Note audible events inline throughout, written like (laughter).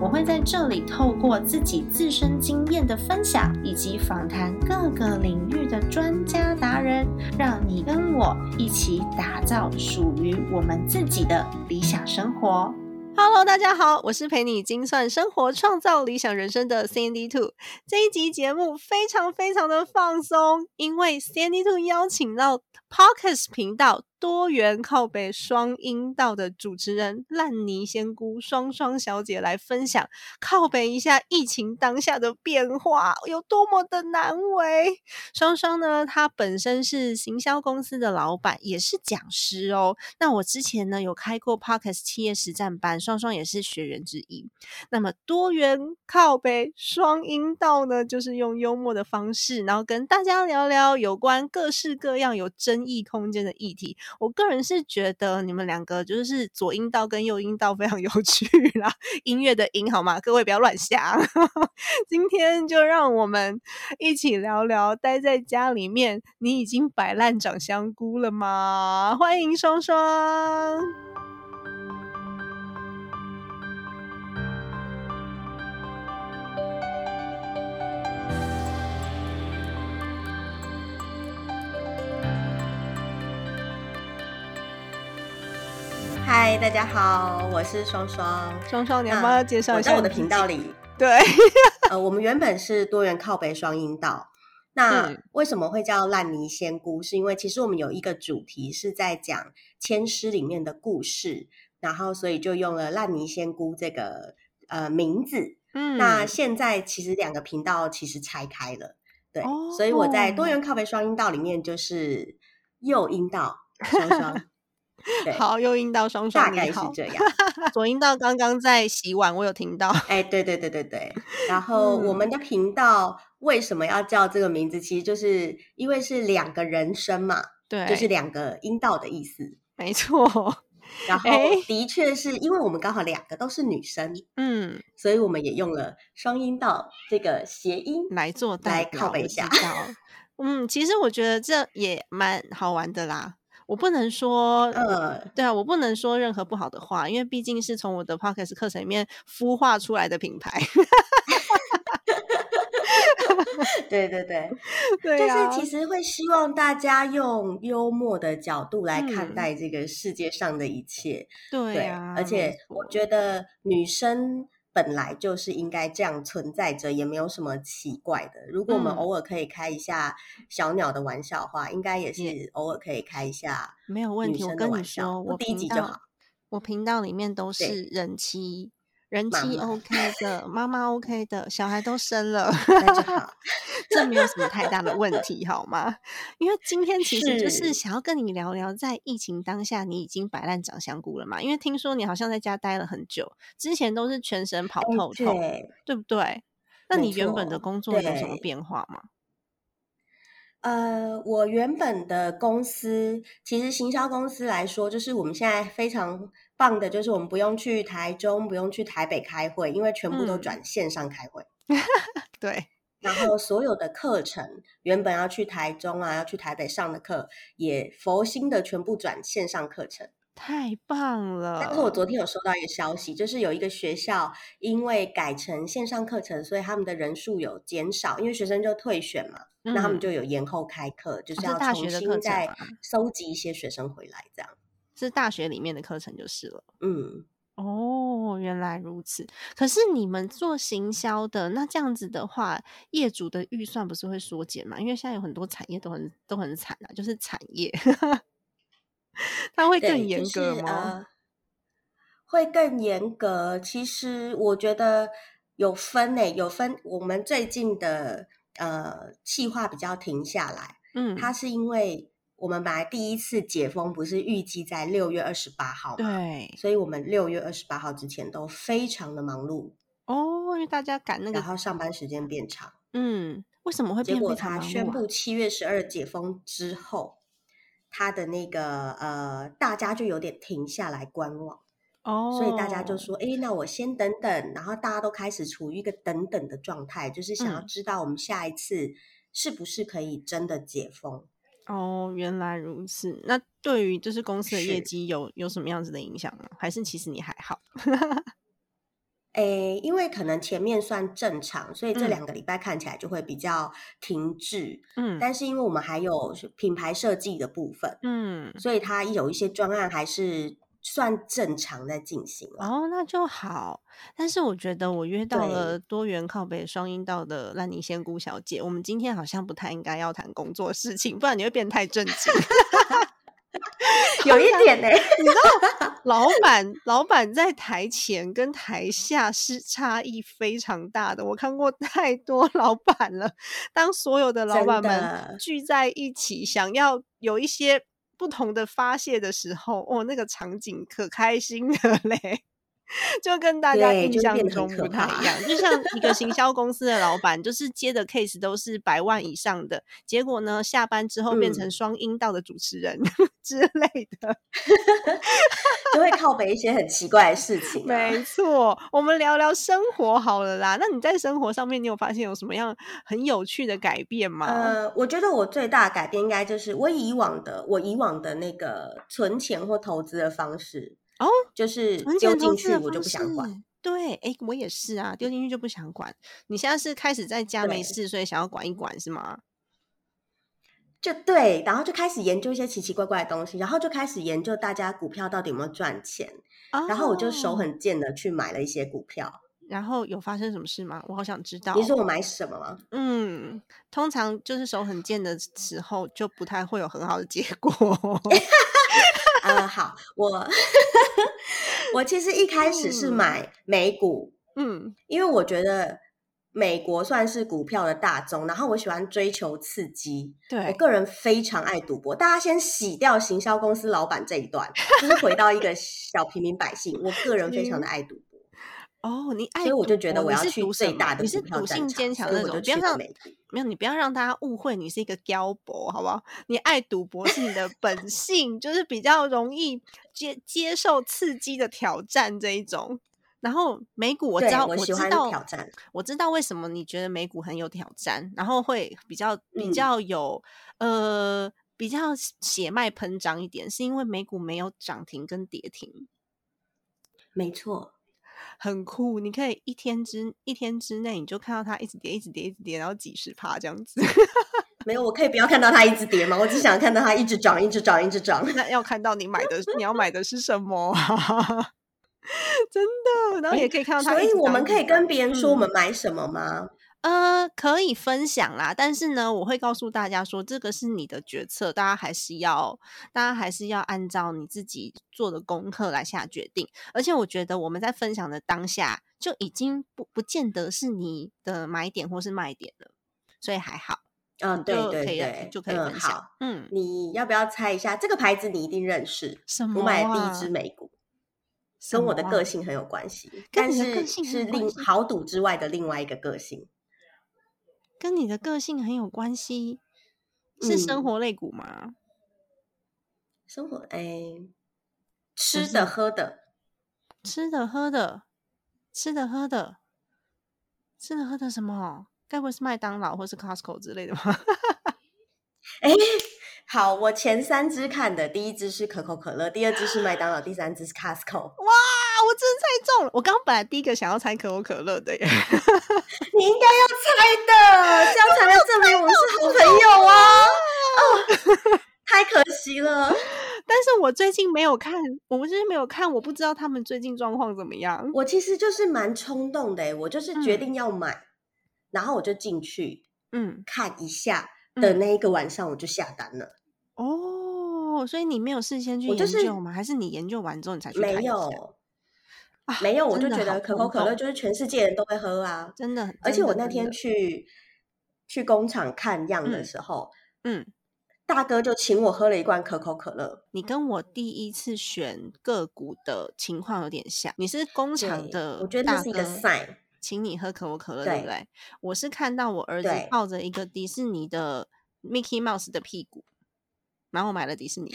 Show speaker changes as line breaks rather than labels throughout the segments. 我会在这里透过自己自身经验的分享，以及访谈各个领域的专家达人，让你跟我一起打造属于我们自己的理想生活。
Hello，大家好，我是陪你精算生活、创造理想人生的 Sandy Two。这一集节目非常非常的放松，因为 Sandy Two 邀请到 Podcast 频道多元靠北双音道的主持人烂泥仙姑双双小姐来分享靠北一下疫情当下的变化有多么的难为。双双呢，她本身是行销公司的老板，也是讲师哦。那我之前呢有开过 Podcast 企业实战班，双双也是学员之一。那么多元靠背双音道呢，就是用幽默的方式，然后跟大家聊聊有关各式各样有争议空间的议题。我个人是觉得你们两个就是左音道跟右音道非常有趣啦， (laughs) 音乐的音好吗？各位不要乱想。 (laughs) 今天就让我们一起聊聊，待在家里面，你已经摆烂长香菇了吗？欢迎双双。
嗨，大家好，我是双双。
双双，你要
那
不要介绍
我
一下
在我的
你
频
自
道
己？
里，
对， (laughs)
呃，我们原本是多元靠北双
(laughs)
音道。那
嗯
为什么会叫烂泥仙姑？是因为其实我们有一个主题是在讲千诗里面的故事，然后所以就用了烂泥仙姑这个呃名字。
嗯
那现在其实两个频道其实拆开了，对，
哦
所以我在多元靠北双音道里面就是右音道双
(laughs)
双，对，
好，右音道双
大
双，
概
你
是
好。 (laughs)
这样。
左音道刚刚在洗碗，我有听到。
哎，对对对对对。然后我
嗯
们的频道为什么要叫这个名字？其实就是因为是两个人声嘛，
对，
(laughs) 就是两个音道的意思。
没
(laughs)
错。
然后
哎
的确是因为我们刚好两个都是女生，
嗯，
所以我们也用了双音道这个谐音。
来做代
来
表
靠北
我
一
知
下
道嗯，其实我觉得这也蛮好玩的啦。我不能说，
呃，
对啊，我不能说任何不好的话，因为毕竟是从我的 podcast 课程里面孵化出来的品牌。
对对对，
对
就
啊，
是其实会希望大家用幽默的角度来看
嗯
待这个世界上的一切。
对
对，
啊，
而且
没
我
错
觉得女生本来就是应该这样存在着，也没有什么奇怪的。如果我们
嗯
偶尔可以开一下小鸟的玩笑话，应该也
也
是偶尔可以开
(laughs)
一下
没有问
女
题。我
生的
跟你
玩笑，
说，
不
我
低
频
级就
道
好。
我频道里面都
对
是人妻，人
妈
妻
妈
OK 的，妈妈 OK 的，小孩都生
(laughs)
了，
那就好。
这没有什么太大的问题，好吗？因为今天其实就是
是
想要跟你聊聊，在疫情当下，你已经摆烂长香菇了嘛？因为听说你好像在家待了很久，之前都是全身跑透透，
哦对，
哎对不对？那
没
你原本的
错
工作有什么
对
变化吗？
呃，我原本的公司其实行销公司来说，就是我们现在非常棒的，就是我们不用去台中，不用去台北开会，因为全部都
嗯
转线上开会。
对，
然后所有的课程原本要去台中啊，要去台北上的课，也佛心的全部转线上课程。
太棒了！
但是我昨天有收到一个消息，就是有一个学校因为改成线上课程，所以他们的人数有减少，因为学生就退选嘛，那他们
嗯
就有延后开课，就
哦
是
是
要
大学的
重
课
新
程啊
再
吗
收集一些学生回来，这样。
是大学里面的课程就是了。
嗯，
哦，原来如此。可是你们做行销的，那这样子的话，业主的预算不是会缩减嘛？因为现在有很多产业都很都很惨啊，就是产业， (laughs) 它会更
对，
严
就
格
是
吗？
呃，会更严格。其实我觉得有分诶、有分。我们最近的呃计划比较停下来，
嗯，
它是因为我们本来第一次解封不是预计在六月二十八号嘛，
对。
所以我们六月二十八号之前都非常的忙碌，
哦，因为大家赶那
然
个，
后上班时间变长。
嗯，为什么会
结
变
果
非常
他
忙
宣
碌啊？
布七月十二解封之后，它的那个呃，大家就有点停下来观望，
哦
所以大家就说：“诶，那我先等等。”然后大家都开始处于一个等等的状态，就是想要
嗯
知道我们下一次是不是可以真的解封。
哦，原来如此。那对于就是公司的业
是
绩有有什么样子的影响吗？还是其实你还好？
诶，因为可能前面算正常，所以这
嗯
两个礼拜看起来就会比较停滞。
嗯
但是因为我们还有品牌设计的部分，
嗯，
所以它有一些专案还是算正常在进行了。
哦，那就好。但是我觉得我约到
对
了多元靠北双音道的烂泥仙姑小姐，我们今天好像不太应该要谈工作事情，不然你会变太正经。
有一 (laughs) 点呢、
老板，老板在台前跟台下是差异非常大的。我看过太多老板了，当所有的老
真
板们
的
聚在一起，想要有一些不同的发泄的时候，哦，那个场景可开心了嘞。 (laughs) 就跟大家
对
印
就
象
变得很
中
可
不太
怕
一样，就像一个行销公司的老板，就是接的 case 都是百万以上的，结果呢，下班之后变成
嗯
双音道的主持人、 (laughs) 之类的，
就会靠北一些很奇怪的事情、啊。
没错，我们聊聊生活好了啦。那你在生活上面，你有发现有什么样很有趣的改变吗？
呃，我觉得我最大的改变应该就是我以往的我以往的那个存钱或投资的方式
哦，
就是
存
丢
钱投资
进去
的
我就
方
不想管。
式。对，哎，我也是啊，丢进去就不想管。你现在是开始在家没
对
事，所以想要管一管是吗？
就对，然后就开始研究一些奇奇怪怪的东西，然后就开始研究大家股票到底有没有赚钱，然后我就手
哦，
很贱的去买了一些股票。
然后有发生什么事吗？我好想知道。
你说我买什么吗？
嗯，通常就是手很贱的时候，就不太会有很好的结
(laughs)
果。
呃，好，我 (laughs) 我其实一开始是
嗯
买美股，
嗯，
因为我觉得美国算是股票的大宗，然后我喜欢追求刺激。我
对，
个人非常爱赌博，大家先洗掉行销公司老板这一段，就是回到一个小平民百姓。我个人非常的爱赌博，
嗯哦，你爱
所以我就
赌
觉
博
得我
你
要
是
去
赌什
最
么
大的
你是
股票
赌
战
性坚
场，
强
所以
那
我就
种，不要
去了
让
美股。
没有，你不要让大家误会你是一个刁博，好不好？你爱赌博是你的本性，就是比较容易接接受刺激的挑战这一种。然后美股我知
对
道，
我喜
知
欢
道
挑战，
我知道为什么你觉得美股很有挑战，然后会比较比
嗯
较有、呃比较血脉喷张一点，是因为美股没有涨停跟跌停。
没错，
很酷，你可以一天之一天之内，你就看到它一直跌，一直跌，一直跌，然后几十趴这样子。
没有，我可以不要看到它一直跌吗？我只想看到它一直涨，一直涨，一直涨。
那要看到你买的，你要买的是什么、 (laughs) 啊？真的，然后也可以看到它
所
一直
以
涨。
我们
一直
可
涨
以跟别人说
嗯
我们买什么吗？
呃，可以分享啦，但是呢，我会告诉大家说，这个是你的决策，大家还是要，大家还是要按照你自己做的功课来下决定。而且我觉得我们在分享的当下，就已经不不见得是你的买点或是卖点了，所以还好，
啊，
你
对
就
对
可以
对，
就可以
嗯
分享
好。。
嗯，
你要不要猜一下这个牌子？你一定认识。
什么、啊？
我买的第一支美股，
什
跟我
么
的
啊
个性很有关系，
跟
但
你的个
是
性很
是
有关
另
系
豪赌之外的另外一个个性。
跟你的个性很有关系，是生
嗯
活类股吗？
生活哎，吃
是
的喝的，
吃的喝的，吃的喝的，吃的喝的什么？该不会是麦当劳或是 Costco 之类的吧？ (laughs) 啊
哎，好，我前三支看的，第一支是可口可乐，第二支是麦当劳，第三支是 Costco。
啊，我真的猜中了！我刚本来第一个想要猜可口可乐的耶， (laughs)
你应该要猜的，这样才能证明我们是好朋友啊！哦，太可惜了。
但是我最近没有看，我最近没有看，我不知道他们最近状况怎么样。
我其实就是蛮冲动的欸，我就是决
嗯
定要买，然后我就进去
嗯，
看一下的
嗯
那一个晚上，我就下单了。
哦，所以你没有事先去
我
研
就是
究吗？还是你研究完之后你才去看
没
一下？
有，
啊
没有，我就
真的
觉
好
得可口
冲
可乐
动
就是全世界人都会喝啊。
真的很，
而且
真
我
的
那
真
天
的
去去工厂看样的
嗯
时候，
嗯，
大哥就请我喝了一罐可口可乐。 (laughs)
你跟我第一次选个股的情况有点像，你是工厂
对
的，
我觉得那是一个 sign
请你喝可口可乐，对不
对
对？我是看到我儿子
对
抱着一个迪士尼的 Mickey Mouse 的屁股，然后我买了迪士
(laughs)
尼。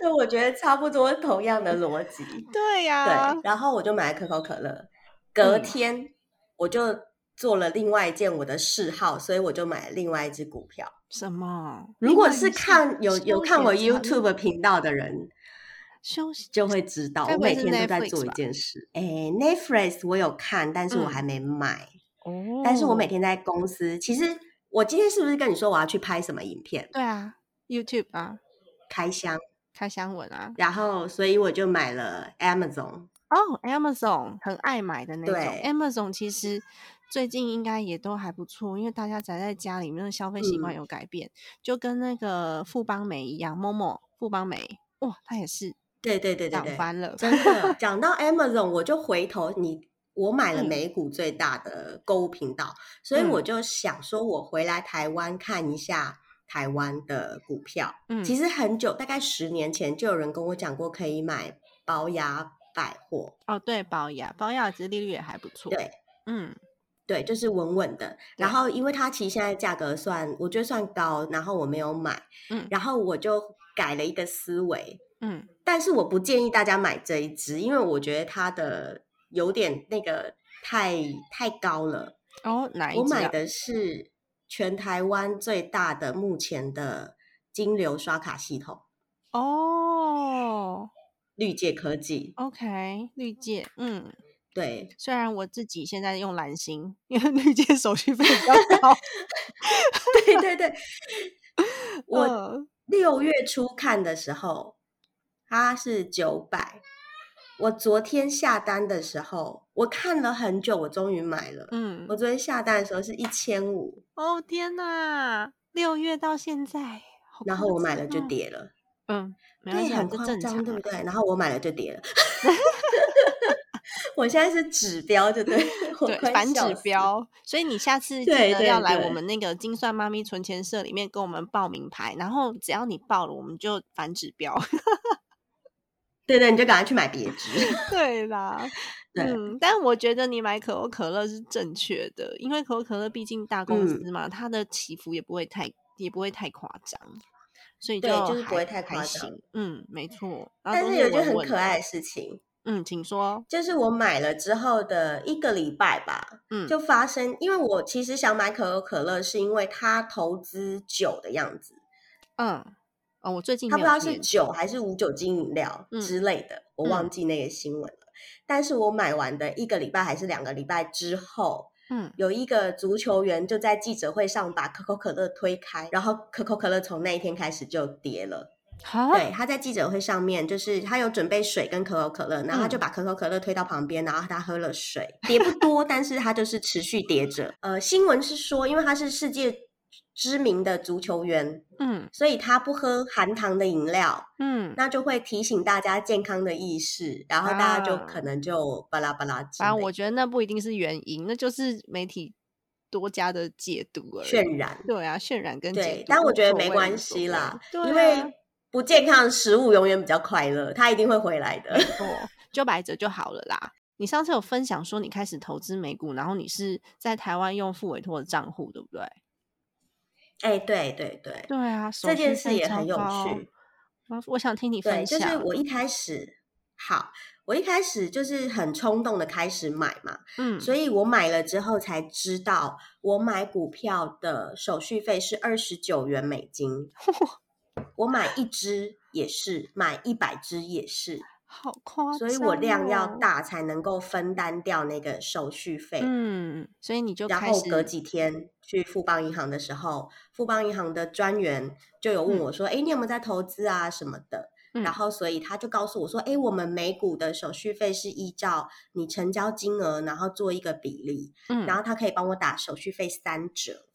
所以我觉得差不多同样的逻辑。
(laughs) 对啊嗯呀、
对，然后我就买了可口可乐。隔天我就做了另外一件我的嗜好，所以我就买了另外一只股票。
什么？
如果
另外
是
一项
看有有
休
看我
闲产
YouTube 频道的人，
休息
就会知道
该
我
不会
每
是
天都在
Netflix
做一
吧嗯
件事。哎，Netflix 我有看，但是我还没买。
哦
但是我每天在公司，其实我今天是不是跟你说我要去拍什么影片
对啊，YouTube 啊，
开箱？
开箱文啊，
然后所以我就买了 Amazon。
哦、a m a z o n 很爱买的那种
对
，Amazon 其实最近应该也都还不错，因为大家宅在家里面的消费习惯
嗯
有改变，就跟那个富邦美一样，Momo 富邦美，哇，它也是
对对对对
涨
对，
翻了，
真的，讲到 Amazon，我就回头你我买了
嗯
美股最大的购物频道，所以我
嗯
就想说，我回来台湾看一下台湾的股票。
嗯，
其
实
实很久，大概十年前就有人跟我讲过，可以买宝雅百货，
哦对，保雅，保雅其实利率也还不错，
对，
嗯，
对，就是稳稳的。然
对
后因为它其实现在价格算，我觉得算高，然后我没有买，
嗯
然后我就改了一个思维，
嗯，
但是我不建议大家买这一支，因为我觉得它的有点那个太太高了。
哦，哪一
我
只
买
啊？
的是全台湾最大的目前的金流刷卡系统，
哦
绿界科技。
，OK，绿界，嗯，
对，
虽然我自己现在用蓝星，因为绿界手续费比较高，
对
(laughs)
对对，我
嗯
六月初看的时候，它是九百。我昨天下单的时候，我看了很久，我终于买了。
嗯
我，昨天下单的时候是一千五，
哦天呐，六月到现在，好夸
然后我买了就
张，
跌了，
嗯，没关
哦对，
系啊，
很
这
夸
正常
张，对
啊
不对？然后我买了就跌
(laughs)
了。我现在是指标，对
(laughs)
不对？ (laughs) 我
对，
快
反指
笑死。
标，所以你下次记
对
得
对
要来我
对
们那个精算妈咪存钱社里面跟我们报名牌，然后只要你报了，我们就反指标。
对对，你就赶快去买别支。
对啦，
(laughs) (laughs) 对
嗯，但我觉得你买可口可乐是正确的，因为可口可乐毕竟大公
嗯
司嘛，它的起伏也不会太也不会太夸张，所以
对就是不
还
会
还
太夸张
行，嗯，没错。 (laughs) 然后
但
都
是有一件
稳
很
稳
可
的
爱的，事情，
嗯，请说，
就是我买了之后的一个礼拜吧，
嗯，
就发生，因为我其实想买可口可乐，是因为它投资酒的样子，
嗯，哦，我最近
它
没
不
有
知道
去
是
研
酒
究
还是无酒精饮料
嗯
之类的，我忘记那个新闻了。但是我买完的一个礼拜还是两个礼拜之后，
嗯，
有一个足球员就在记者会上把可口可乐推开，然后可口可乐从那一天开始就跌了。
哈，
对，他在记者会上面，就是他有准备水跟可口可乐，然后他就
嗯
把可口可乐推到旁边，然后他喝
(laughs)
了水，跌不多，但是他就是持续跌着。呃，新闻是说，因为他是世界知名的足球员，
嗯
所以他不喝含糖的饮料，
嗯，
那就会提醒大家健康的意识，然后大家就
啊
可能就巴拉巴拉之
反正
类
我觉得那不一定是原因，那就是媒体多加的解读而已。
渲染。
对啊，渲染跟解
对
读，
但我
无
觉得
所
没
谓
关
无所
系
谓
啦，
对
因
啊
为不健康的食物永远比较快乐，它一定会回来
(laughs)
的
没。错，就摆着就好了啦。你上次有分享说你开始投资美股，然后你是在台湾用付委托的账户，对不对？
哎，对对对，
对啊，手
这件
续
事
费
也
超
很有
高
趣。。
我我想听你
对，
分
就
享。
是我一开始好，我一开始就是很冲动的开始买嘛，
嗯，
所以我买了之后才知道，我买股票的手续费是二十九元美
(laughs)
金， (laughs) 我买一只也是，买一百只也是，
好夸张、哦，
所以我量要。大才能够分担掉那个手续费。
嗯，所以你就
然
开
后
始
隔几天去富邦银行的时候，富邦银行的专员就有问
嗯
我说：“哎、你有没有在投资啊什么的？”
嗯
然后，所以他就告诉我说：“哎，我们每股的手续费是依照你成交金额，然后做一个比例，
嗯，
然后他可以帮我打手续费三
(laughs)
折，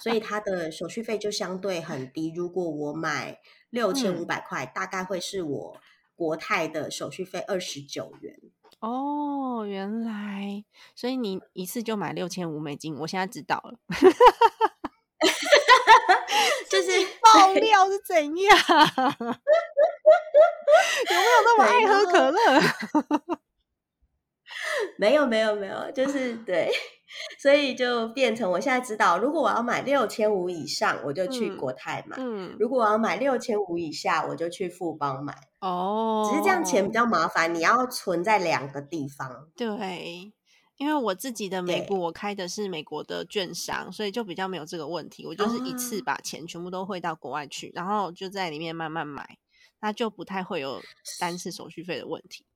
所以他的手续费就相对很低。如果我买六千
嗯
五百块，大概会是我国泰的手续费二十九元。
哦，原来，所以你一次就买六千五美金，我现在知道了。
就是
爆料是怎
(laughs)
样？有没有那么
对
爱
然
喝可
后 (laughs)
乐？ (laughs)
没有没有没有，就是对， (laughs) 所以就变成我现在知道，如果我要买六千五以上，我就去
嗯
国泰买；
嗯，
如果我要买六千五以下，我就去富邦买。
哦，
只是这样钱比较麻烦，你要存在两个地方。
对，因为我自己的美
对
股，我开的是美国的券商，所以就比较没有这个问题。我就是一次
哦
把钱全部都汇到国外去，然后就在里面慢慢买，那就不太会有单次手续费的问题。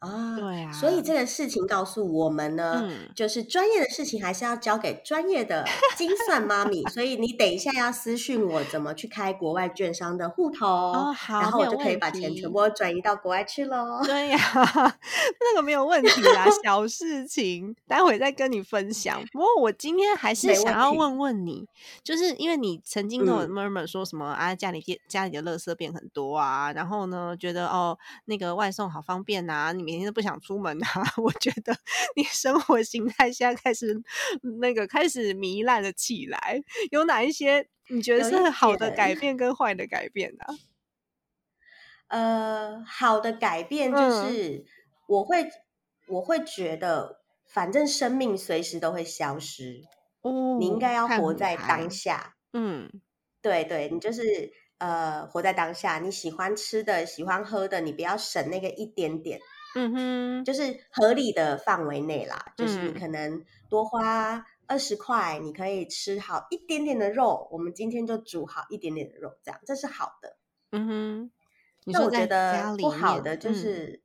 啊，
对啊，
所以这个事情告诉我们呢，
嗯，
就是专业的事情还是要交给专
(laughs)
业的精算妈咪。所以你等一下要私讯我怎么去开国外券商的户头，
哦好，
然后
没
我
有
就可以
问
把钱
题
全部都转移到国外去喽。
对呀、 (laughs) 那个没有问题
(laughs)
啦，小事情，待会再跟你分享。不过我今天还是
没
想
问
要
题
问问你，就是因为你曾经跟我
嗯
murmur 说什么、啊，家里店家里的垃圾变很多啊，然后呢，觉得哦那个外送好方便啊，你每天都不想出门啊。 (laughs) 我觉得你生活形态现在开始嗯那个开始糜烂了起来，有哪一些你觉得
有
是
一
好的改
点
变跟坏的改变呢、
呃，好的改变就
嗯
是我会、我会觉得，反正生命随时都会消失，
哦，
你应该要
看
活
很
在
开
当下。
嗯。
对对，你就是呃，活在当下。你喜欢吃的，喜欢喝的，你不要省那个一点点，
嗯哼，
就是合理的范围内啦。就是你
嗯
可能多花二十块，你可以吃好一点点的肉。我们今天就煮好一点点的肉，这样这是好的。
嗯哼，你
那
说
我
在
觉
家
得
里
不好
面
的就
嗯
是，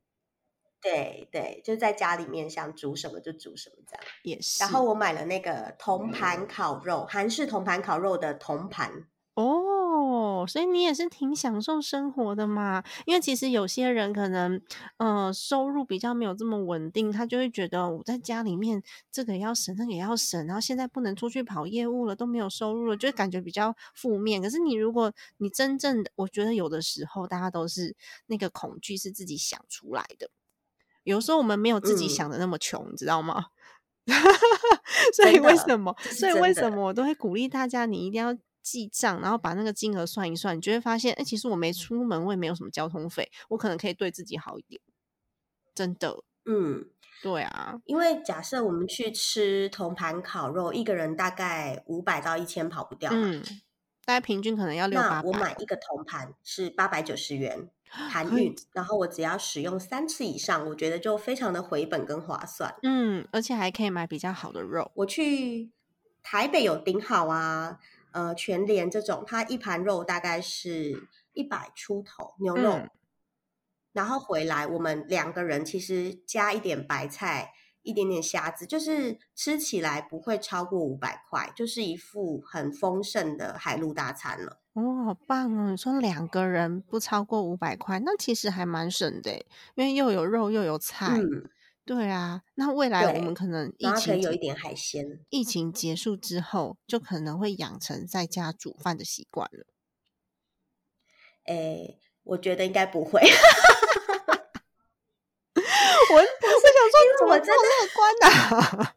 对对，就在家里面想煮什么就煮什么这样。
也是，嗯
然后我买了那个铜盘烤肉，韩式铜盘烤肉的铜盘，
哦，所以你也是挺享受生活的嘛？因为其实有些人可能，呃，收入比较没有这么稳定，他就会觉得我在家里面这个也要省，那个也要省，然后现在不能出去跑业务了，都没有收入了，就会感觉比较负面。可是你如果你真正的，我觉得有的时候大家都是那个恐惧是自己想出来的，有时候我们没有自己
嗯
想的那么穷，你知道吗？ (laughs) 所以
真
为
的
什么？
这是
所以
真
为
的
什么我都会鼓励大家，你一定要记账，然后把那个金额算一算，你就会发现，哎、其实我没出门，我也没有什么交通费，我可能可以对自己好一点。真的，
嗯，
对啊，
因为假设我们去吃铜盘烤肉，一个人大概五百到一千跑不掉嘛。
嗯，大概平均可能要六
啊那
八
我
百，
买一个铜盘是八百九十元含
很
运，然后我只要使用三次以上，我觉得就非常的回本跟划算。
嗯，而且还可以买比较好的肉，
我去台北有顶好啊，呃，全联这种，它一盘肉大概是一百出头牛肉，
嗯
然后回来我们两个人其实加一点白菜，一点点虾子，就是吃起来不会超过五百块，就是一副很丰盛的海陆大餐了。
哦，好棒哦！你说两个人不超过五百块，那其实还蛮省的欸，因为又有肉又有菜，
嗯，
对啊。那未来我
对
们可能疫
然后可
情
以有
结
一点海鲜，
疫情结束之后，就可能会养成在家煮饭的习惯了。
诶，我觉得应该不会。 (laughs)
我我想说，怎
我
么
真
这么乐观呢、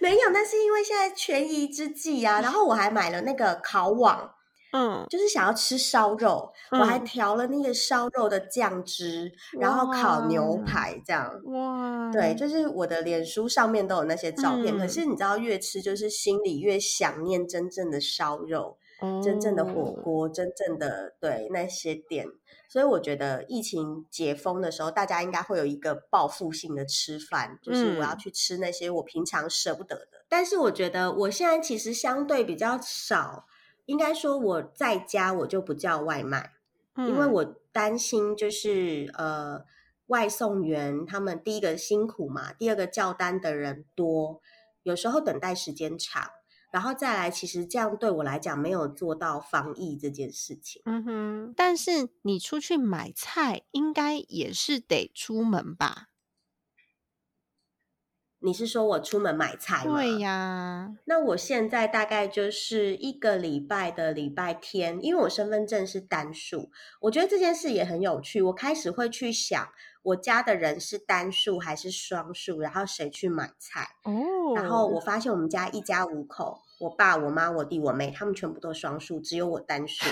没有，那是因为现在权宜之计啊。然后我还买了那个烤网，
嗯，
就是想要吃烧肉，我还
嗯
调了那个烧肉的酱汁，然后烤牛
哇
排这样。
(laughs) 哇，
对，就是我的脸书上面都有那些照片，可
嗯
是你知道，越吃就是心里越想念真正的烧肉、
哦
真正的火锅、真正的对那些店。所以我觉得疫情解封的时候，大家应该会有一个报复性的吃饭，就是我要
嗯
去吃那些我平常舍不得的。但是我觉得我现在其实相对比较少，应该说我在家我就不叫外卖。因为
嗯
我担心就是呃，外送员他们第一个辛苦嘛，第二个叫单的人多，有时候等待时间长，然后再来，其实这样对我来讲没有做到防疫这件事情。
嗯哼，但是你出去买菜应该也是得出门吧？
你是说我出门买菜吗？
对呀，
那我现在大概就是一个礼拜的礼拜天，因为我身份证是单数，我觉得这件事也很有趣。我开始会去想，我家的人是单数还是双数，然后谁去买菜。
哦，
然后我发现我们家
(laughs)
一家五口，我爸、我妈、我弟、我妹，他们全部都双数，只有我单数。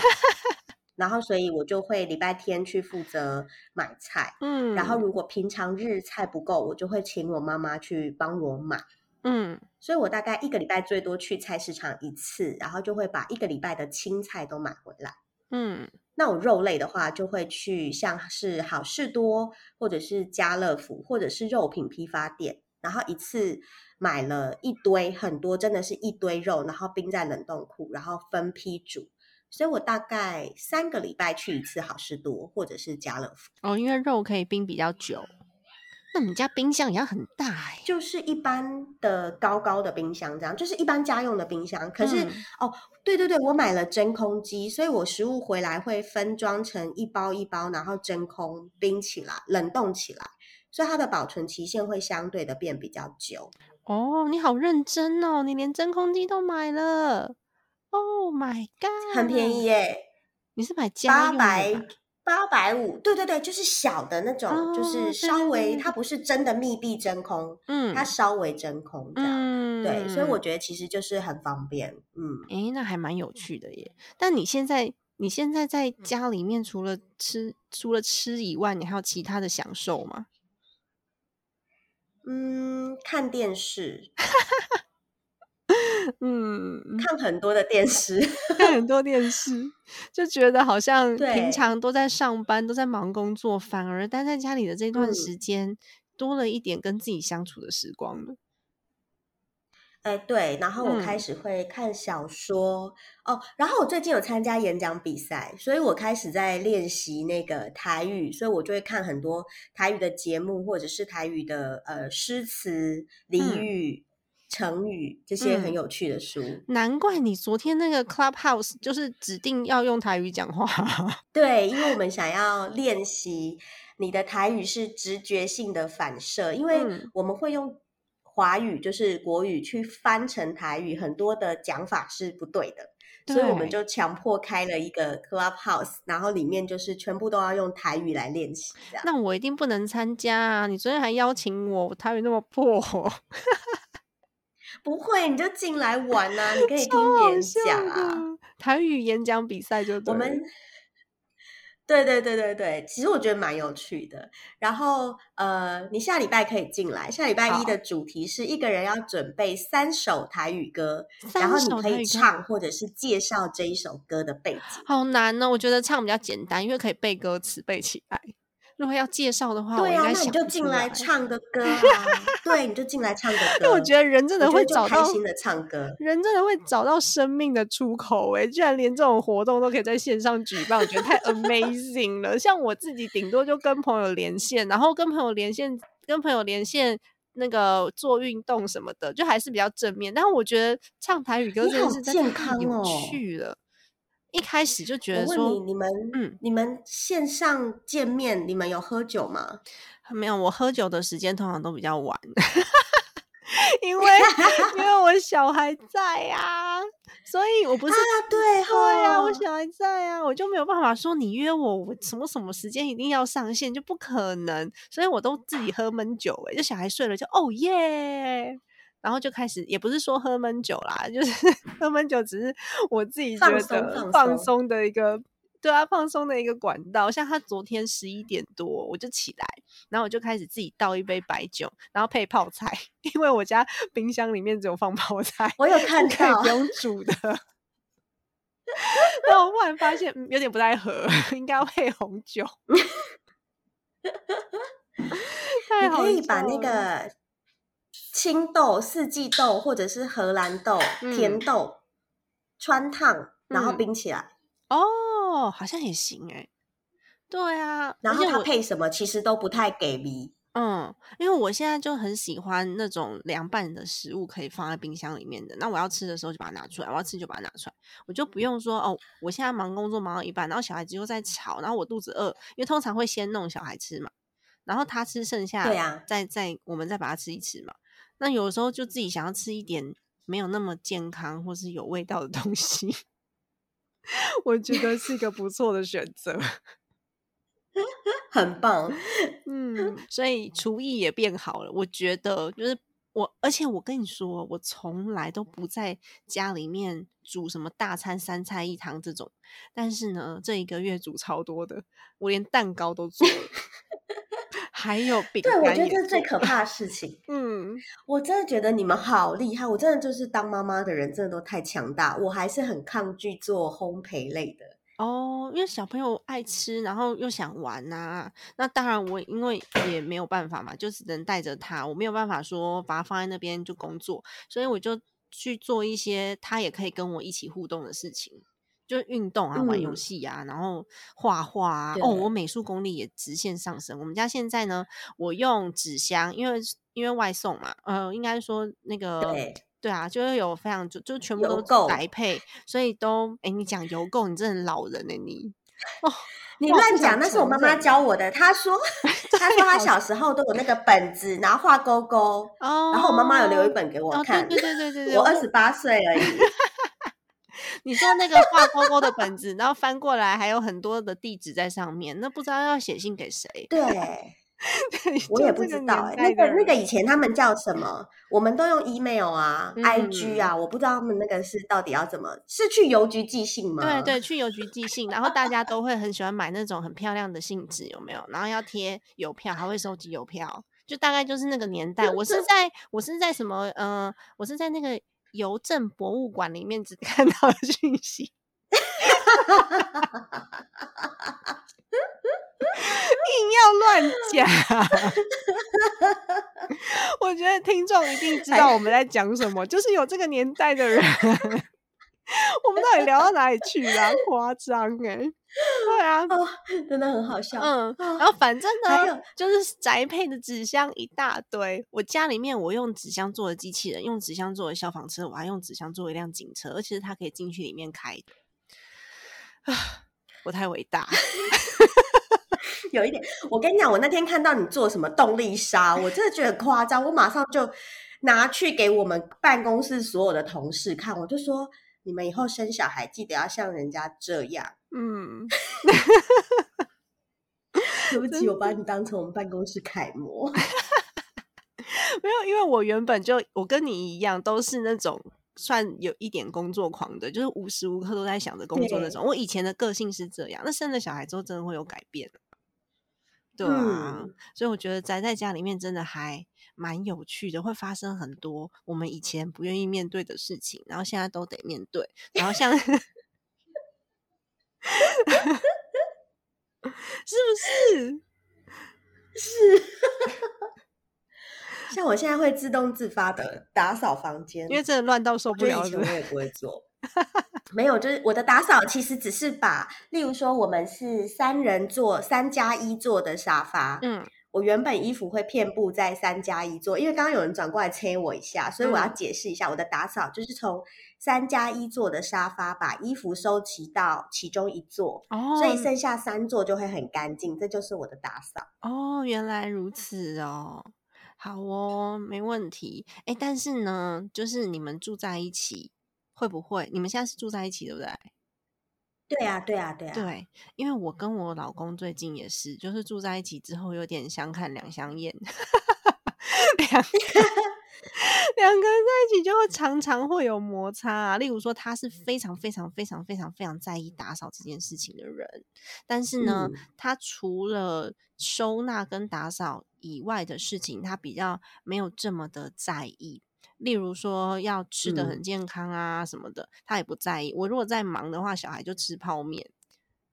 然后所以我就会礼拜天去负责买菜，
嗯，
然后如果平常日菜不够，我就会请我妈妈去帮我买。
嗯
所以我大概一个礼拜最多去菜市场一次，然后就会把一个礼拜的青菜都买回来。
嗯
那我肉类的话，就会去像是好事多，或者是家乐福，或者是肉品批发店，然后一次买了一堆很多，真的是一堆肉，然后冰在冷冻库，然后分批煮。所以我大概三个礼拜去一次好事多或者是家乐福，
哦，因为肉可以冰比较久。那你家冰箱也要很大哎、
就是一般的高高的冰箱，这样就是一般家用的冰箱。可是、
嗯
哦，对对对，我买了真空机，所以我食物回来会分装成一包一包，然后真空冰起来、冷冻起来，所以它的保存期限会相对的变比较久。
哦，你好认真哦，你连真空机都买了。Oh my god，
很便宜。耶、
你是买家
八
用的吧
百八百五，对对对，就是小的那种，就
哦对
是
对
稍微
对
它不是真的密闭真空，
嗯
它稍微真空这样。
嗯
对，所以我觉得其实就是很方便，嗯。嗯
诶，那还蛮有趣的耶。但你现在你现在在家里面，除了吃除了吃以外，你还有其他的享受吗？ (laughs)
嗯，看电视，
嗯，
看很多的电视。
看很多电视，就觉得好像平
对
常都在上班，都在忙工作，反而待在家里的这段
嗯
时间、多了一点跟自己相处的时光了。
哎，对，然后我开
嗯
始会看小说、哦，然后我最近有参加演讲比赛，所以我开始在练习那个台语，所以我就会看很多台语的节目，或者是台语的呃诗词、俚
嗯
语、成语这些
嗯
很有趣的书。
难怪你昨天那个 Clubhouse 就是指定要用台语讲话， (laughs)
对，因为我们想要练习你的台语是直觉性的反射，因为
嗯
我们会用华语，就是国语去翻成台语，很多的讲法是不对的，所以我
对
们就强迫开了一个 Clubhouse，然后里面就是全部都要用台语来练习，这样。
那我一定不能参加啊！你昨天还邀请我，我台语那么破， (laughs)
不会，你就进来玩呐、你可以
超
听别
好
人
笑
讲啊。
的台语演讲比赛就对
我
了
们对对对对对，其实我觉得蛮有趣的。然后呃，你下礼拜可以进来，下礼拜
好
一的主题是一个人要准备三首台语歌，然
三
后
首
你可
台语
以
歌
唱或者是介绍这一首歌的背景。
好难哦呢、我觉得唱比较简单，因为可以背歌词背起来。如果要介绍的话，我
对
应
啊，
该
那你
想
就
不
进
出
来
来，
唱个
(laughs)
歌啊，对，你就进来唱个歌。
因为我觉得人真的
我觉
会
就
找
开
到
心的唱歌。
人真的会找到生命的出口诶、居然连这种活动都可以在线上举办，我觉得太 amazing 了。像我自己顶多就跟朋友连线，然后跟朋友连线，跟朋友连线那个做运动什么的，就还是比较正面。但我觉得唱台语歌
你
这件
好
事真的
健
太
康
有
哦
趣了。一开始就觉
我
得
问你，
说
你们
嗯
你们线上见面，你们有喝酒吗？
没有，我喝酒的时间通常都比较
(laughs)
晚。因为因为我小孩在呀、所以我不是
啊，对啊哈、
对呀、我小孩在啊，我就没有办法说你约我，我什么什么时间一定要上线，就不可能，所以我都自己喝闷酒、欸，就小孩睡了就哦耶，然后就开始，也不是说喝闷酒啦，就是 (laughs) 喝闷酒只是我自己觉
放
得
松放
放
松
松的一个。对啊，放松的一个管道。像他昨天十一点多我就起来，然后我就开始自己倒一杯白酒，然后配泡菜， (laughs) 因为我家冰箱里面只有放泡菜。
我有看
可以
到
不。用煮的。 (laughs) 然后我忽然发现嗯有点不太合， (laughs) 应该要配红酒。太
你
好
可以把那
笑了
个青豆、四季豆或者是荷兰豆、甜
嗯
豆穿烫，然后
嗯
冰起来，
哦，好像也行哎、对啊，
然
而
后
且
它
我
配什么其实都不太给力。
嗯，因为我现在就很喜欢那种凉拌的食物，可以放在冰箱里面的。那我要吃的时候就把它拿出来，我要吃就把它拿出来，我就
嗯
不用说哦，我现在忙工作忙到一半，然后小孩子又在吵，然后我肚子饿，因为通常会先弄小孩吃嘛，然后他吃剩下，
对啊
再再我们再把它吃一吃嘛。那有时候就自己想要吃一点没有那么健康或是有味道的东西， (laughs) 我觉得是一个不错的选择。
很棒，
(laughs) 嗯，所以厨艺也变好了。我觉得就是我而且我跟你说，我从来都不在家里面煮什么大餐、三菜一汤这种，但是呢，这一个月煮超多的，我连蛋糕都做
(laughs)
了，还有饼
对，
干。
我觉得这是最可。怕的事情。
嗯，
我真的觉得你们好厉害，我真的就是当妈妈的人真的都太强大，我还是很抗拒做烘焙类的。
哦，因为小朋友爱吃，然后又想玩呐、那当然我因为也没有办法嘛，就只能带着他，我没有办法说把他放在那边就工作，所以我就去做一些他也可以跟我一起互动的事情，就运动啊、玩游
嗯
戏啊，然后画画啊。哦，
对
我美术功力也直线上升。我们家现在呢，我用纸箱，因为因为外送嘛，呃，应该说那个
对，
对啊，就是有非常就就全部
邮
都
购
宅配，所以都哎，你讲邮购，你真的很老人哎、你
你
哇
乱
不想
讲，那是我
承
妈妈
认
教我的。她
(laughs)
说，她说她
好
小时候都有那个本子，然后画勾勾，
哦。
然后我妈妈有留一本给我
哦，对
看。
对对对对对，
我二十八岁
(laughs)
而已。
你说那个画勾勾的本子，然后翻过来还有很多的地址在上面，那不知道要写信给谁。
对，
(laughs)
我
就
也
这
不
个
知
年
道哎、
代
那个
的
那个
人
以前他们叫什么？我们都用 email 啊、IG
嗯
啊，我不知道他们那个是到底要怎么，是去邮局寄信吗？
对对，去邮局寄信，然后大家都会很喜欢买那种很漂亮的信纸，有没有？然后要贴邮票，还会收集邮票，就大概就是那个年代。我是在我是在什么？嗯、我是在那个邮政博物馆里面只 (laughs) 看到的讯 (laughs) 息。硬要乱讲，我觉得听众一定知道我们在讲什么，就是有这个年代的人我们到底聊到哪里去了、夸张哎、对啊，
哦，真的很好笑。
嗯，
哦
然后反正呢
还有，
就是宅配的纸箱一大堆。我家里面我用纸箱做的机器人，用纸箱做的消防车，我还用纸箱做一辆警车，而且是它可以进去里面开的。啊，我太伟大了，
有一点，我跟你讲，我那天看到你做什么动力沙，我真的觉得很夸张，我马上就拿去给我们办公室所有的同事看，我就说你们以后生小孩记得要像人家这样。
(laughs) 嗯，
对不起，我把你当成我们办公室
(laughs)
楷模。
没有，因为我原本就我跟你一样，都是那种算有一点工作狂的，就是无时无刻都在想着工作那
对
种。我以前的个性是这样，那生了小孩之后真的会有改变，啊对啊，
嗯
所以我觉得宅在家里面真的还蛮有趣的，会发生很多我们以前不愿意面对的事情，然后现在都得面对，然后像。 (laughs) 是不是？ (laughs)
像我现在会自动自发的打扫房间，
因为真的乱到受
就
不了是
以前
不
我
是
也不会
(laughs)
做。没有，就是我的打扫其实只是把，例如说我们是三人座、三加一座的沙发，
嗯，
我原本衣服会遍布在三加一座，因为刚刚有人转过来催我一下，所以我要
嗯
解释一下，我的打扫就是从三加一座的沙发把衣服收集到其中一座，
哦，
所以剩下三座就会很干净，这就是我的打扫。
哦，原来如此哦，好哦，没问题。哎，但是呢，就是你们住在一起，会不会？你们现在是住在一起，对不对？
对啊，对啊，对啊，
对，因为我跟我老公最近也是，就是住在一起之后，有点相看两相厌，两
(laughs)
个两个人在一起就会常常会有摩擦啊。例如说，他是非常非常非常非常非常在意打扫这件事情的人，但是呢，
嗯
他除了收纳跟打扫以外的事情，他比较没有这么的在意。例如说要吃的很
嗯
健康啊什么的，他也不在意。我如果在忙的话，小孩就吃泡面，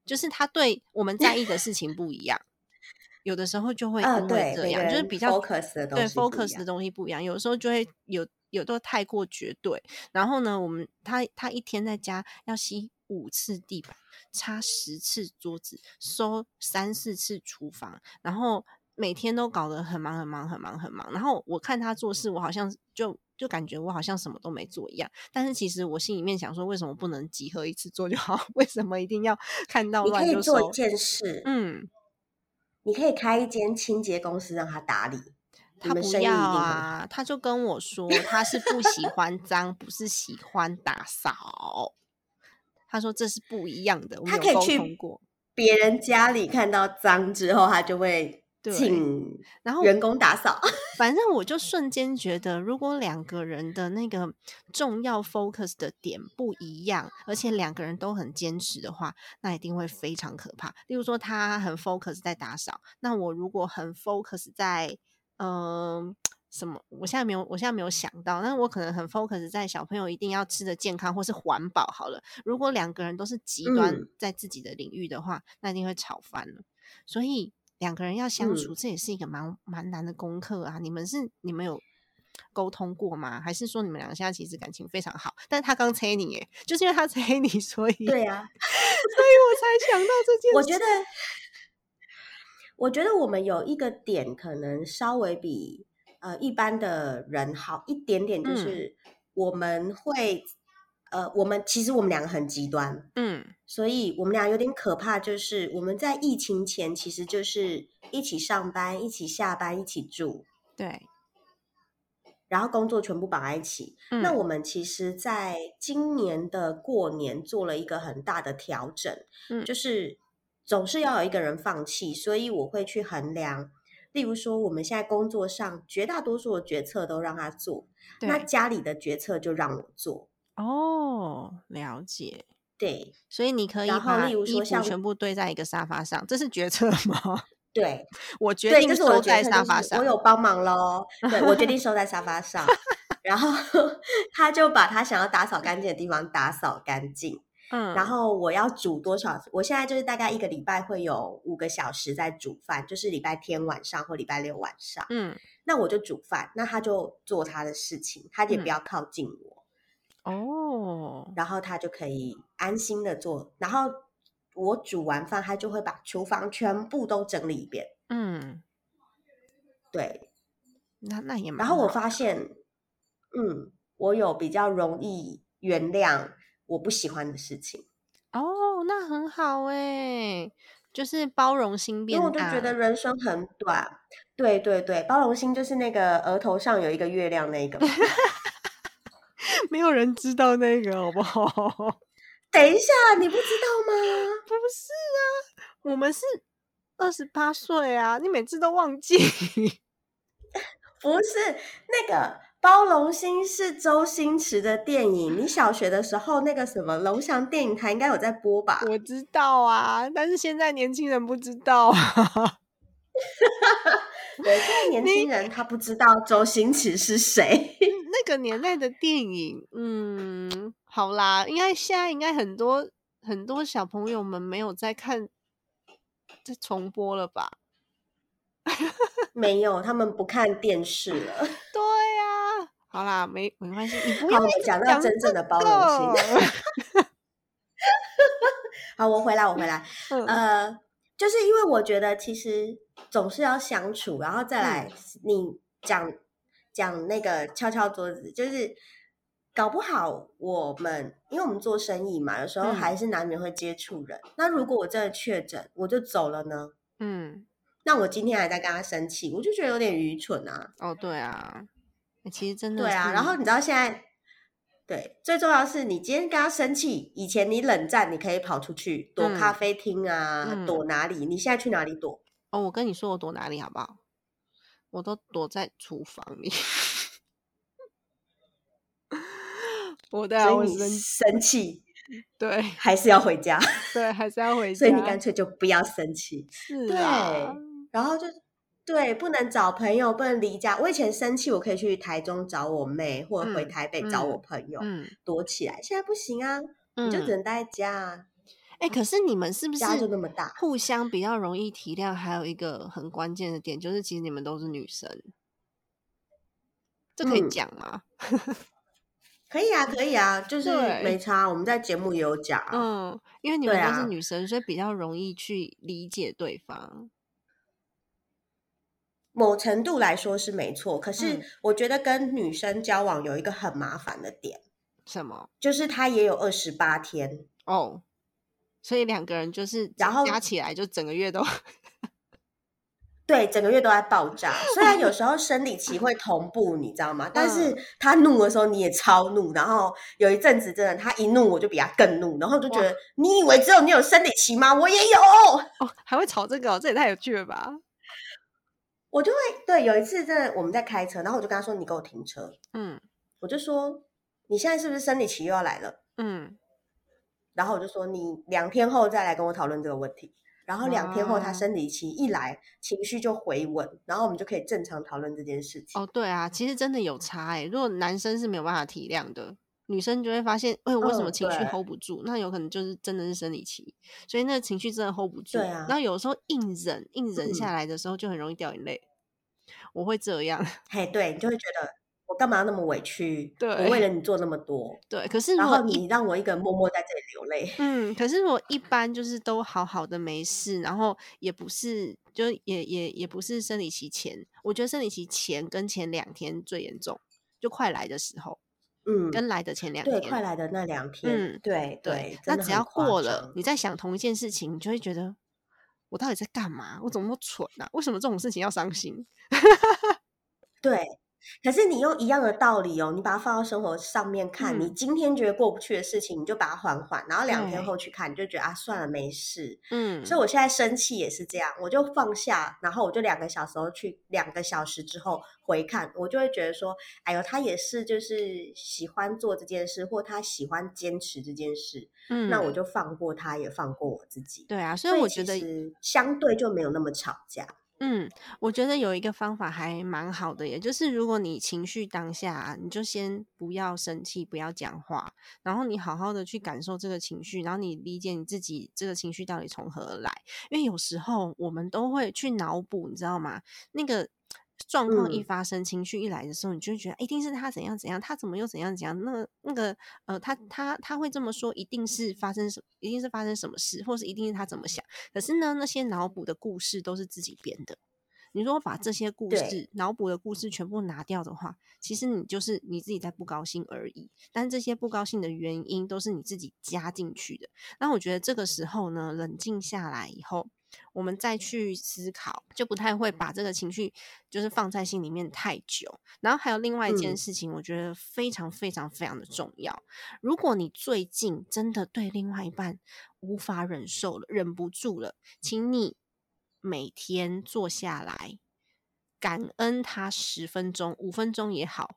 就是他对我们在意的事情不一样，有的时候就会
啊，
因为
对，
这
每个
样，就是
人
比较
focus 的东
对
西不一
focus 的
样
东西不一样，有时候就会有有都太过绝对。然后呢，我们他他一天在家要吸五次地板，擦十次桌子，收三四次厨房，然后每天都搞得很忙很忙很忙很忙。然后我看他做事，我好像就就感觉我好像什么都没做一样。但是其实我心里面想说，为什么不能集合一次做就好？ (laughs) 为什么一定要看到
你可
乱
以
就
做一
收？
件事，
嗯，
你可以开一间清洁公司让他打理，你
他
们
不
生意一
要
定很好。
啊，他就跟我说他是不喜欢脏，不是喜欢打扫。他说这是不一样的，我
他
们
可
有
以
沟
去
通过。
别人家里看到脏之后，他就会
对，
请
然后
人工打扫。
反正我就瞬间觉得，如果两个人的那个重要 focus 的点不一样，而且两个人都很坚持的话，那一定会非常可怕。例如说，他很 focus 在打扫，那我如果很 focus 在，嗯、什么？我现在没有，我现在没有想到。那我可能很 focus 在小朋友一定要吃的健康或是环保好了。如果两个人都是极端
嗯
在自己的领域的话，那一定会吵翻了。所以两个人要相
嗯
处，这也是一个蛮蛮难的功课啊。你们是你们有沟通过吗？还是说你们两个现在其实感情非常好？但是他刚催你，耶，就是因为他催你，所以所以
对啊，
我才想到这件事。
我觉得，我觉得我们有一个点可能稍微比呃一般的人好一点点，就
嗯
是我们会、呃，我们其实我们两个很极端，
嗯
所以我们俩有点可怕，就是我们在疫情前其实就是一起上班、一起下班、一起住，
对，
然后工作全部绑在一起。那
嗯
我们其实在今年的过年做了一个很大的调整，
嗯
就是总是要有一个人放弃，所以我会去衡量。例如说，我们现在工作上绝大多数的决策都让他做，那
对
家里的决策就让我做。
哦，了解。
对
所以你可以
然后
把
例如
衣
说
服
像
全部堆在一个沙发上，这是决策吗？ (laughs)
对
我决
对，
定
这是我的
收
决
在
策，
沙
就
发
是
上。
我有帮忙喽。对我决定收在沙
(laughs)
发上，然后 (laughs) 他就把他想要打扫干净的地方打扫干净。
嗯，
然后我要煮多少？我现在就是大概一个礼拜会有五个小时在煮饭，就是礼拜天晚上或礼拜六晚上。
嗯
那我就煮饭，那他就做他的事情，他也
嗯
不要靠近我，
哦，
然后他就可以安心的做。然后我煮完饭，他就会把厨房全部都整理一遍。
嗯，
对，
那那也蛮
然后我
好
发现，嗯，我有比较容易原谅我不喜欢的事情，
哦，那很好哎、就是包容心
因
变
为
大。
我就觉 (laughs) 得人生很短。对对对，包容心就是那个额头上有一个月亮那个
(laughs)
嘛。
没有人知道那个好不
(laughs)
好？
等一下，你不知道吗？
不是啊，我们是二十八岁啊，你每次都忘记。 (laughs)
不是那个包容心是周星驰的电影，你小学的时候那个什么龙翔电影台应该有在播吧？
我知道啊，但是现在年轻人不知道 (laughs) 啊。
对，现在年轻人他不知道周星驰是谁。 (laughs)
那个年代的电影，嗯，好啦，应该现在应该很多很多小朋友们没有在看，在重播了吧？
没有，他们不看电视了。
对呀、好啦，没没关系，你不
好，
要
我们
一直
讲到
讲
真正的包容心。
心。
(laughs) 好，我回来，我回来。
嗯
呃，就是因为我觉得其实总是要相处，然后再
嗯
来你讲讲那个敲敲桌子，就是搞不好我们因为我们做生意嘛，有时候
嗯
还是难免会接触人。那如果我真的确诊，我就走了呢？
嗯，
那我今天还在跟他生气，我就觉得有点愚蠢啊。
哦，对啊，欸其实真的
对啊，然
是
后你知道现在。对，最重要的是你今天跟他生气，以前你冷战，你可以跑出去躲咖
嗯
啡厅啊，
嗯
躲哪里？你现在去哪里躲？
哦，我跟你说我躲哪里好不好？我都躲在厨房里。 (laughs) 我对啊，
所
我
以你
生
生气
对
还是要回家，
对，啊还是要回家。
(laughs) 所以你干脆就不要生气。
是
对
啊，
然后就对，不能找朋友，不能离家。我以前生气，我可以去台中找我妹，或者回
嗯
台北找我朋友、
嗯
躲起来。现在不行啊，
嗯，
你就只能待在家啊，
哎、可是你们是不是
家就那么大。
互相比较容易体谅？还有一个很关键的点就是，其实你们都是女生，这可以
嗯
讲吗？
可以啊，可以啊，就是
对
没差。啊我们在节目也有讲啊，
嗯，因为你
对
们都
啊
是女生，所以比较容易去理解对方。
某程度来说是没错。可是
嗯
我觉得跟女生交往有一个很麻烦的点，
什么？
就是她也有二十八天。
哦，所以两个人就是
然后
加起来就整个月都 (laughs)
对，整个月都在爆炸。虽然有时候生理期
(laughs)
会同步，你知道吗？但
嗯
是他怒的时候你也超怒，然后有一阵子真的他一怒我就比他更怒，然后就觉
哇
得你以为只有你有生理期吗？我也有。
哦，还会吵这个、哦，这也太有趣了吧？
我就会对有一次真的我们在开车，然后我就跟他说：“你给我停车。
嗯”
我就说：“你现在是不是生理期又要来了
嗯，？”
然后我就说：“你两天后再来跟我讨论这个问题。”然后两天后他
哇
生理期一来，情绪就回稳，然后我们就可以正常讨论这件事情。
哦，对啊，其实真的有差哎、如果男生是没有办法体谅的，女生就会发现，哎、我为什
嗯
么情绪
对
hold 不住？那有可能就是真的是生理期，所以那个情绪真的 hold 不住。哦
对啊嗯
然后有时候硬忍硬忍下来的时候，就很容易掉眼泪。我会这样， (laughs)
嘿，对你就会觉得我干嘛要那么委屈？
对
我为了你做那么多，
对。可是如
然
果
后
一
你让我一个人默默在这里流泪。
嗯，可是我一般就是都好好的没事，然后也不是，就也也也不是生理期前，我觉得生理期前跟前两天最严重，就快来的时候
嗯，
跟来的前两
对，
天，
快来的那两天，
嗯
对
对
对，，
那
真的
只
很
要
夸
过了
张，
你再想同一件事情，你就会觉得我到底在干嘛？我怎么那么蠢啊？为什么这种事情要伤心？
对。可是你用一样的道理哦，你把它放到生活上面看，你
嗯
今天觉得过不去的事情，你就把它缓缓，然后两天
对
后去看，你就觉得啊，算了，没事。
嗯，
所以我现在生气也是这样，我就放下，然后我就两个小时后去，两个小时之后回看，我就会觉得说，哎呦，他也是就是喜欢做这件事，或他喜欢坚持这件事，
嗯
那我就放过他，也放过我自己。
对啊，所
所
以
以
我觉
其
得
实相对就没有那么吵架。
嗯，我觉得有一个方法还蛮好的耶，也就是如果你情绪当下啊，你就先不要生气，不要讲话，然后你好好的去感受这个情绪，然后你理解你自己这个情绪到底从何而来。因为有时候我们都会去脑补，你知道吗？那个状况一
嗯
发生，情绪一来的时候，你就会觉得哎一定是他怎样怎样，他怎么又怎样怎样，那个那个呃，他他他会这么说，一定是发生什么，一定是发生什么事，或是一定是他怎么想。可是呢，那些脑补的故事都是自己编的。你如果把这些故
对
事、脑补的故事全部拿掉的话，其实你就是你自己在不高兴而已。但这些不高兴的原因都是你自己加进去的。那我觉得这个时候呢，冷静下来以后，我们再去思考，就不太会把这个情绪就是放在心里面太久。然后还有另外一件
嗯
事情，我觉得非常非常非常的重要。如果你最近真的对另外一半无法忍受了，忍不住了，请你每天坐下来，感恩他十分钟、五分钟也好，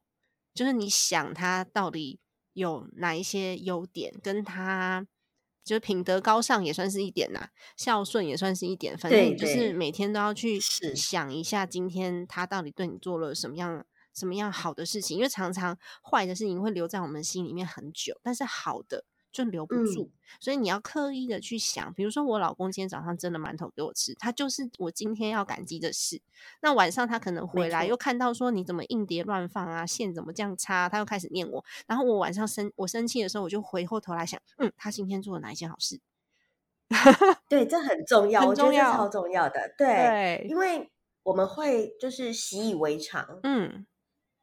就是你想他到底有哪一些优点，跟他就是品德高尚也算是一点呐、孝顺也算是一点，反正你
对
就是
对
每天都要去
是
想一下今天他到底对你做了什么样。什么样好的事情？因为常常坏的事情会留在我们心里面很久，但是好的就留不
嗯
住。所以你要刻意的去想，比如说我老公今天早上蒸了馒头给我吃，他就是我今天要感激的事。那晚上他可能回来
错
又看到说你怎么硬碟乱放啊，线怎么这样插啊、他又开始念我。然后我晚上生我生气的时候，我就回过头来想，嗯，他今天做了哪一件好事？
对，这很重要，
很
我觉得
重
这
要
超重要的。对，
对，
因为我们会就是习以为常，
嗯，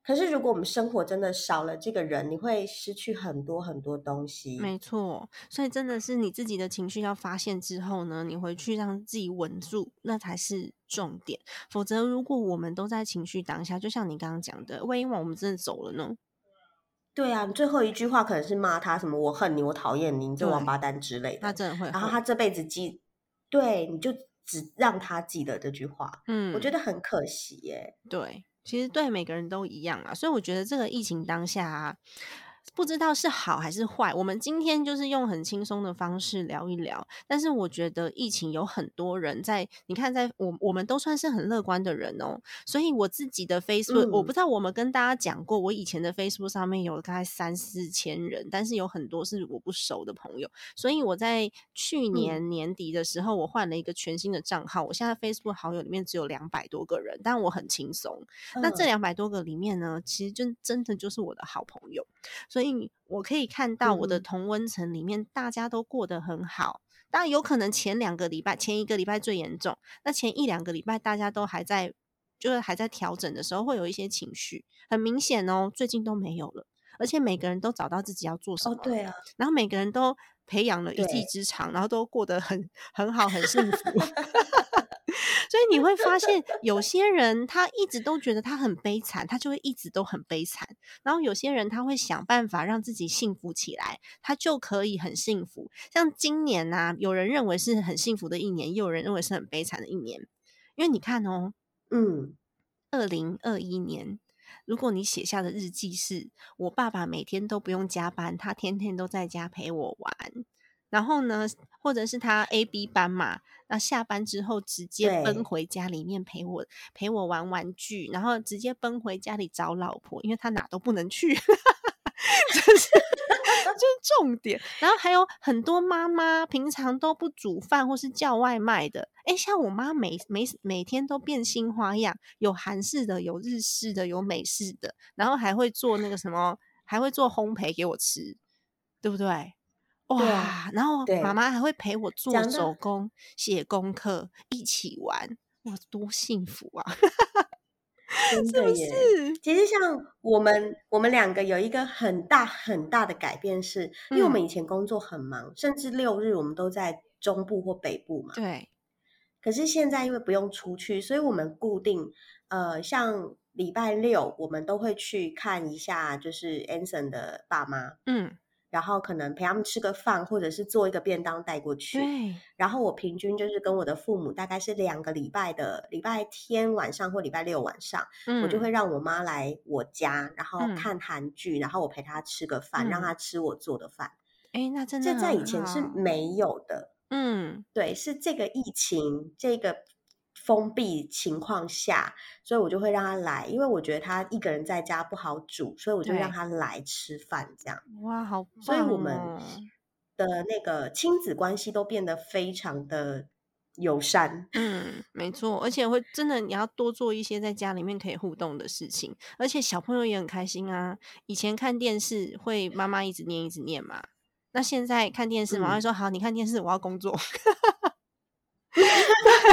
可是如果我们生活真的少了这个人，你会失去很多很多东西。
没错。所以真的是你自己的情绪要发现之后呢，你回去让自己稳住，那才是重点。否则，如果我们都在情绪当下，就像你刚刚讲的，万一我们真的走了呢？
对啊，你最后一句话可能是骂他什么“我恨你”“我讨厌你”“你这王
对
八蛋”之类
那
的，
真的会后
然后他这辈子记，对，你就只让他记得这句话，
嗯，
我觉得很可惜耶。
对，其实对每个人都一样啊，所以我觉得这个疫情当下、啊，不知道是好还是坏。我们今天就是用很轻松的方式聊一聊，但是我觉得疫情有很多人在，你看在，我我们都算是很乐观的人哦，所以我自己的 Facebook，、我
嗯
不知道我们跟大家讲过，我以前的 Facebook 上面有大概三四千人，但是有很多是我不熟的朋友，所以我在去年年底的时候，我换了一个全新的账号，我现在 Facebook 好友里面只有两百多个人，但我很轻松。那这
嗯
两百多个里面呢，其实就真的就是我的好朋友，所以我可以看到我的
嗯
同温层里面大家都过得很好。当然有可能前两个礼拜、前一个礼拜最严重，那前一两个礼拜大家都还在，就是还在调整的时候，会有一些情绪，很明显哦，最近都没有了。而且每个人都找到自己要做什么
哦，
了，(laughs)
对啊，
然后每个人都培养了一技
对
之长，然后都过得很很好，很幸福。 (laughs) 所以你会发现，有些人他一直都觉得他很悲惨，他就会一直都很悲惨。然后有些人他会想办法让自己幸福起来，他就可以很幸福。像今年呐、有人认为是很幸福的一年，也有人认为是很悲惨的一年。因为你看哦，
嗯，
二零二一年，如果你写下的日记是“我爸爸每天都不用加班，他天天都在家陪我玩”，然后呢，或者是他 A B 班嘛，那下班之后直接奔
对
回家里面陪我陪我玩玩具，然后直接奔回家里找老婆，因为他哪都不能去。 (laughs) 就是重点。然后还有很多妈妈平常都不煮饭或是叫外卖的，诶，像我妈每每每天都变新花样，有韩式的，有日式的，有美式的，然后还会做那个什么，还会做烘焙给我吃，对不对？哇！
对啊
然后
对
妈妈还会陪我做
讲到
手工、写功课，一起玩，哇，多幸福啊！
真
是
的
不
耶。 (laughs)
是？
其实像我们，我们两个有一个很大很大的改变是，因为我
嗯
们以前工作很忙，甚至六日我们都在中部或北部嘛。
对，
可是现在因为不用出去，所以我们固定，呃，像礼拜六我们都会去看一下，就是 Anson 的爸妈，
嗯，
然后可能陪他们吃个饭，或者是做一个便当带过去。
对，
然后我平均就是跟我的父母大概是两个礼拜的礼拜天晚上或礼拜六晚上，
嗯，
我就会让我妈来我家，然后
嗯
看韩剧，然后我陪她吃个饭，让
嗯
她吃我做的饭。
诶，那真的
这在
很
以前是
好
没有的，
嗯
对，是这个疫情这个。封闭情况下，所以我就会让她来，因为我觉得她一个人在家不好煮，所以我就让
对
她来吃饭这样。
哇，好棒、哦！
所以我们的那个亲子关系都变得非常的友善。
嗯，没错，而且会真的你要多做一些在家里面可以互动的事情，而且小朋友也很开心啊。以前看电视会妈妈一直念一直念嘛，那现在看电视，妈
嗯
妈会说、好，你看电视，我要工作。
(laughs)
(laughs) 对，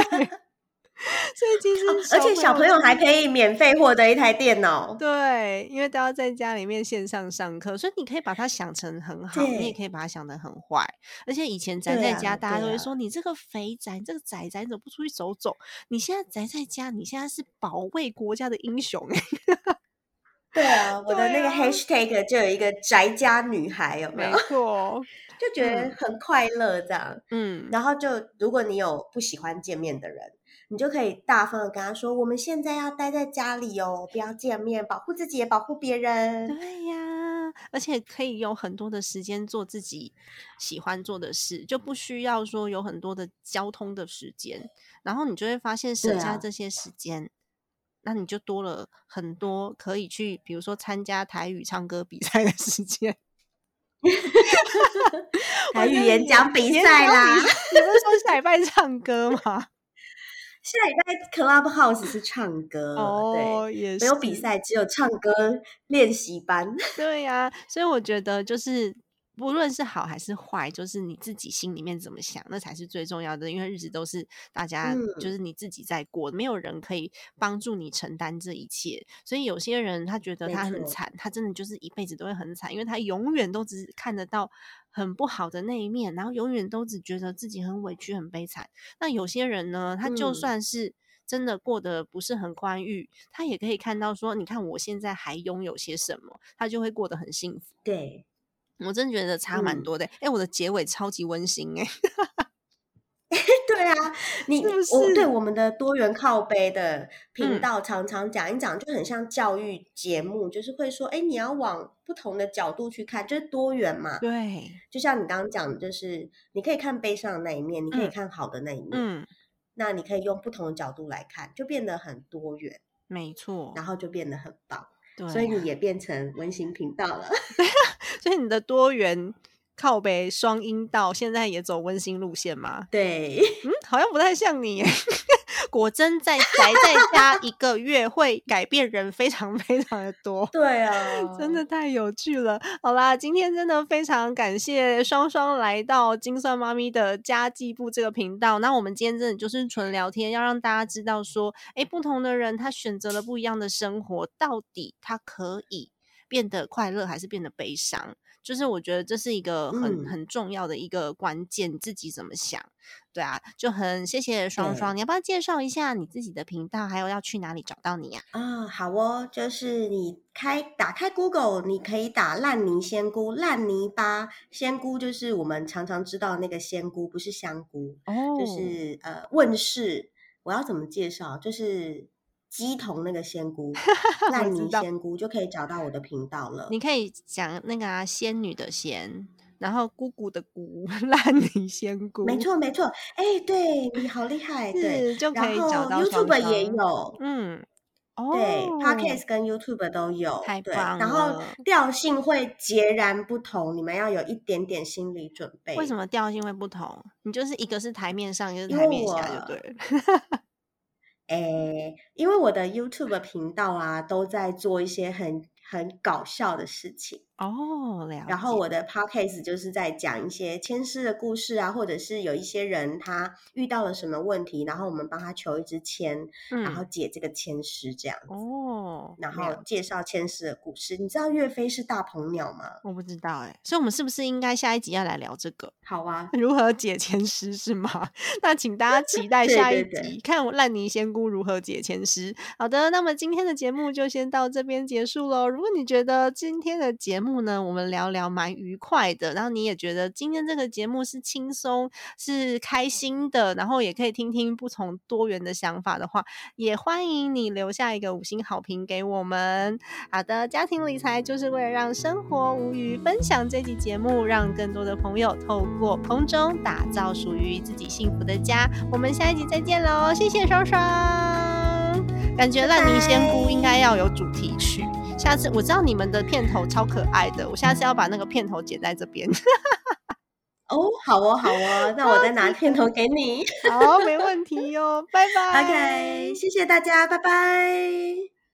所以其实、
而且小朋友
真
还
的
可以免费获得一台电脑，
对，因为都要在家里面线上上课，所以你可以把它想成很好，你也
对
可以把它想得很坏。而且以前宅
对
在
啊
家，大家
对
都会
啊
说、你这个肥宅，你这个宅宅，你怎么不出去走走？你现在宅在家，你现在是保卫国家的英雄、欸。
对啊，我的那
对
个
啊
hashtag 就有一个宅家女孩，有没有？
错，
(laughs) 就觉得
嗯
很快乐这样。
(laughs) 嗯，
然后就如果你有不喜欢见面的人，你就可以大方的跟他说，我们现在要待在家里哦，不要见面，保护自己也保护别人。
对呀，而且可以有很多的时间做自己喜欢做的事，就不需要说有很多的交通的时间。然后你就会发现省
对
下
啊
这些时间，那你就多了很多可以去，比如说参加台语唱歌比赛的时间，
还有
觉得
演
也
讲比
演
赛
讲
啦，
比你不是说下礼拜唱歌
(laughs)
吗？
下礼拜 Clubhouse 是唱歌，呃对。
哦，也是
没有比赛，只有唱歌练习班。
(laughs) 对呀、所以我觉得就是不论是好还是坏，就是你自己心里面怎么想，那才是最重要的。因为日子都是大家、
嗯
就是你自己在过，没有人可以帮助你承担这一切。所以有些人他觉得
没
他很
错
惨，他真的就是一辈子都会很惨，因为他永远都只看得到很不好的那一面，然后永远都只觉得自己很委屈、很悲惨。那有些人呢，他就
嗯
算是真的过得不是很宽裕，他也可以看到说，你看我现在还拥有些什么，他就会过得很幸福。
对， (laughs)
我真觉得差蛮
嗯
多的、欸。哎、我的结尾超级温馨 (laughs) 哎、
对啊，
是
你
不
我对
是
我们的多元靠背的
嗯
频道常常讲一讲，就很像教育节目，就是会说，哎，你要往不同的角度去看，就是多元嘛。
对，
就像你刚刚讲的，就是你可以看悲伤的那一面，你可以
嗯
看好的那一面，
嗯，
那你可以用不同的角度来看，就变得很多元，
没错，
然后就变得很棒。
哦对、 (laughs)
所以你也变成温馨频道了。 (laughs)
所以你的多元靠北双阴道现在也走温馨路线吗？
对，
嗯，好像不太像你耶。 (laughs) 果真在宅在家一个月，会改变人非常非常的多。
对啊，
真的太有趣了！好啦，今天真的非常感谢双双来到金算妈咪的家计部这个频道。那我们今天真的就是纯聊天，要让大家知道说，诶，不同的人他选择了不一样的生活，到底他可以变得快乐还是变得悲伤？就是我觉得这是一个很、
嗯
很重要的一个关键，自己怎么想，对啊，就很谢谢双双。你要不要介绍一下你自己的频道，还有要去哪里找到你呀、
啊、好哦，就是你开打开 Google，你可以打烂泥仙菇、烂泥巴仙菇，就是我们常常知道那个仙菇，不是香菇，
哦
就是呃问世。我要怎么介绍？就是鸡同那个
(laughs)
仙姑，烂
知
泥
道
仙姑就可以找到我的频道了。
你可以讲那个啊，仙女的仙，然后姑姑的姑， (laughs) 烂泥仙姑，
没，错，没错，哎、对你好厉害，对。
是就可
然
以
后
找到双
YouTube 也
方，
有，
嗯，哦，
对，Podcast 跟 YouTube 都有，
太
对。
棒
然后
了
调性会截然不同，你们要有一点点心理准备。
为什
么？
么调性会不同？你就是一个是台面上，一个是
因
台
为
面下，
我
就对了。
哎，因为我的 YouTube 频道啊，都在做一些很很搞笑的事情。
哦，了解。
然后我的 podcast 就是在讲一些牵丝的故事啊，或者是有一些人他遇到了什么问题，然后我们帮他求一支签，然后
嗯，
解这个牵丝这样子，
哦，
然
了
后介绍牵丝的故事。你知道岳飞是大鹏鸟吗？
我不知道哎、所以我们是不是应该下一集要来聊这个
好啊，
如何解前十是吗？ (laughs) 那请大家期待下一集，
对对对
看我烂泥仙姑如何解前十。好的，那么今天的节目就先到这边结束喽。如果你觉得今天的节目呢，我们聊聊蛮愉快的，然后你也觉得今天这个节目是轻松、是开心的，然后也可以听听不同多元的想法的话，也欢迎你留下一个五星好评给我们。好的，家庭理财就是为了让生活无虞。分享这期节目，让更多的朋友透过空中打造属于自己幸福的家。我们下一集再见喽！谢谢双双，感觉烂泥仙姑应该要有主题曲。下次我知道你们的片头超可爱的，我下次要把那个片头剪在这边。 (laughs)
哦，好哦，好哦，那我再拿片头给你。
哦好，没问题哟、拜拜。
OK，谢谢大家，拜拜。